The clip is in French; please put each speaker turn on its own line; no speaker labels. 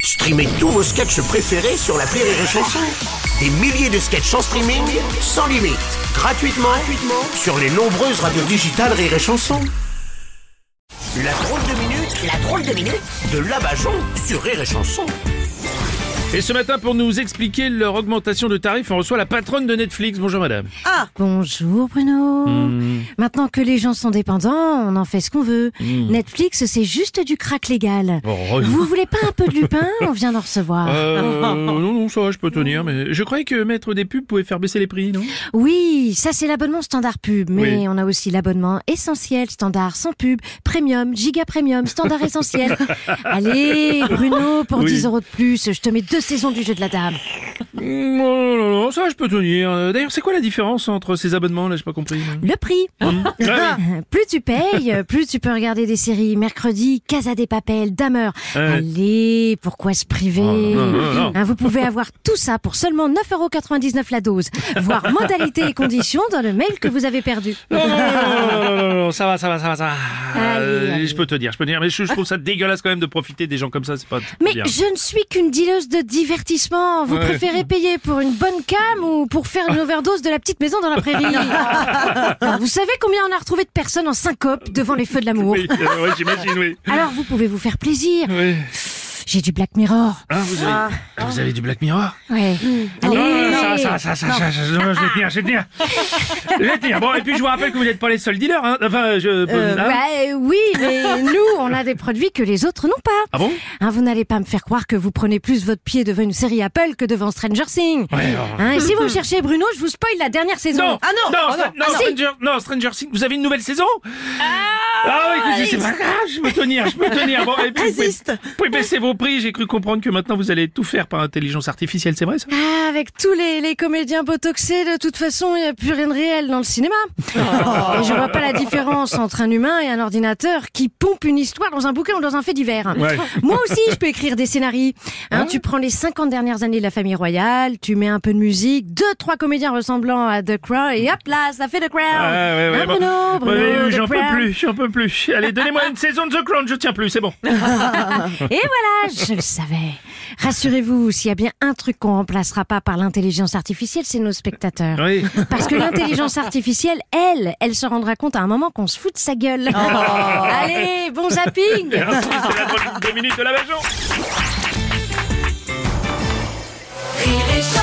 Streamez tous vos sketchs préférés sur la Rire et Chanson. Des milliers de sketchs en streaming, sans limite, gratuitement, gratuitement sur les nombreuses radios digitales Rire et Chanson. La drôle de minute, la drôle de minute de Labajon sur Rire et Chanson.
Et ce matin, pour nous expliquer leur augmentation de tarifs, on reçoit la patronne de Netflix. Bonjour madame.
Bonjour Bruno.
Hmm.
Maintenant que les gens sont dépendants, on en fait ce qu'on veut. Netflix, c'est juste du crack légal.
Hmm. Oh, re-
Vous voulez pas un peu de lupin On vient d'en recevoir.
Euh, non, non, ça va, je peux tenir, mais je croyais que mettre des pubs pouvait faire baisser les prix, non
Oui, ça c'est l'abonnement standard pub, mais
Oui.
on a aussi l'abonnement essentiel, standard sans pub, premium, giga premium, standard essentiel. Allez Bruno, pour
Oui.
10 euros de plus, je te mets deux saisons du jeu de la dame.
Mm, Non, non, non, ça va, je peux tenir. Euh, D'ailleurs, c'est quoi la différence entre ces abonnements, là, j'ai pas compris.
Le prix.
Ah
plus tu payes, plus tu peux regarder des séries. Mercredi, Casa des Papel, Damer.
Ouais. Oh,
Allez, pourquoi se priver
non, non, non.
Hein, Vous pouvez avoir tout ça pour seulement 9,99€ la dose. Voir modalités et conditions dans le mail que vous avez perdu.
Non, non, non, non, non, non, non, ça va, ça va, ça va, ça va.
Allez,
Euh,
allez.
Je peux tenir, je peux tenir, mais je, je trouve ça dégueulasse quand même de profiter des gens comme ça, c'est pas c'est pas
Mais
bien.
je ne suis qu'une dealeuse de divertissement. Vous
Ouais.
préférez payer pour une bonne cam ou pour faire une overdose de la petite maison dans la prairie Vous savez combien on a retrouvé de personnes en syncope devant les feux de l'amour
Oui, euh, ouais, j'imagine, oui.
Alors vous pouvez vous faire plaisir.
Oui.
J'ai du Black Mirror.
Hein, vous, avez, vous avez du Black Mirror
Ouais. Ah
Non, non,
Allez.
non, ça, ça, ça, ça, ça, ça, ça, non, je vais tenir, je vais tenir. Je vais tenir. Bon, et puis je vous rappelle que vous n'êtes pas les seuls dealers, hein. Enfin, je.
Euh,
hein
bah, oui, mais nous, on a des produits que les autres n'ont pas.
Ah bon
Hein, vous n'allez pas me faire croire que vous prenez plus votre pied devant une série Apple que devant Stranger Things.
Ouais, alors-
Hein, et si vous me cherchez Bruno, je vous spoil la dernière saison.
Non, non,
Ah
Stra- non,
Ah, si.
Stranger, non, Stranger Things, vous avez une nouvelle saison Ah, oui, écoutez, c'est pas grave, je peux tenir, je peux tenir. Bon, et puis, vous pouvez- vous pouvez baisser vos prix, j'ai cru comprendre que maintenant vous allez tout faire par intelligence artificielle, c'est vrai ça
Ah, avec tous les, les comédiens botoxés, de toute façon, il n'y a plus rien de réel dans le cinéma.
Oh.
Et je vois pas la différence entre un humain et un ordinateur qui pompe une histoire dans un bouquin ou dans un fait divers.
Ouais.
Moi aussi, je peux écrire des scénarii. Hein, Tu prends les 50 dernières années de la famille royale, tu mets un peu de musique, deux, trois comédiens ressemblant à The Crown, et hop là, ça fait The Crown.
Ah ouais, ouais,
Hein,
bon.
Bruno, Bruno, hein?
Ouais,
The
J'en peux
Crown.
plus, j'en peux plus. Allez, donnez-moi une saison de The Crown, je tiens plus, c'est bon.
Et voilà, je le savais. Rassurez-vous, s'il y a bien un truc qu'on remplacera pas par l'intelligence artificielle, c'est nos spectateurs.
Oui.
Parce que l'intelligence artificielle, elle, elle se rendra compte à un moment qu'on se fout de sa gueule.
Oh.
Allez, bon zapping
Merci, c'est la drôle de minute de la maison.
Rire et chanson.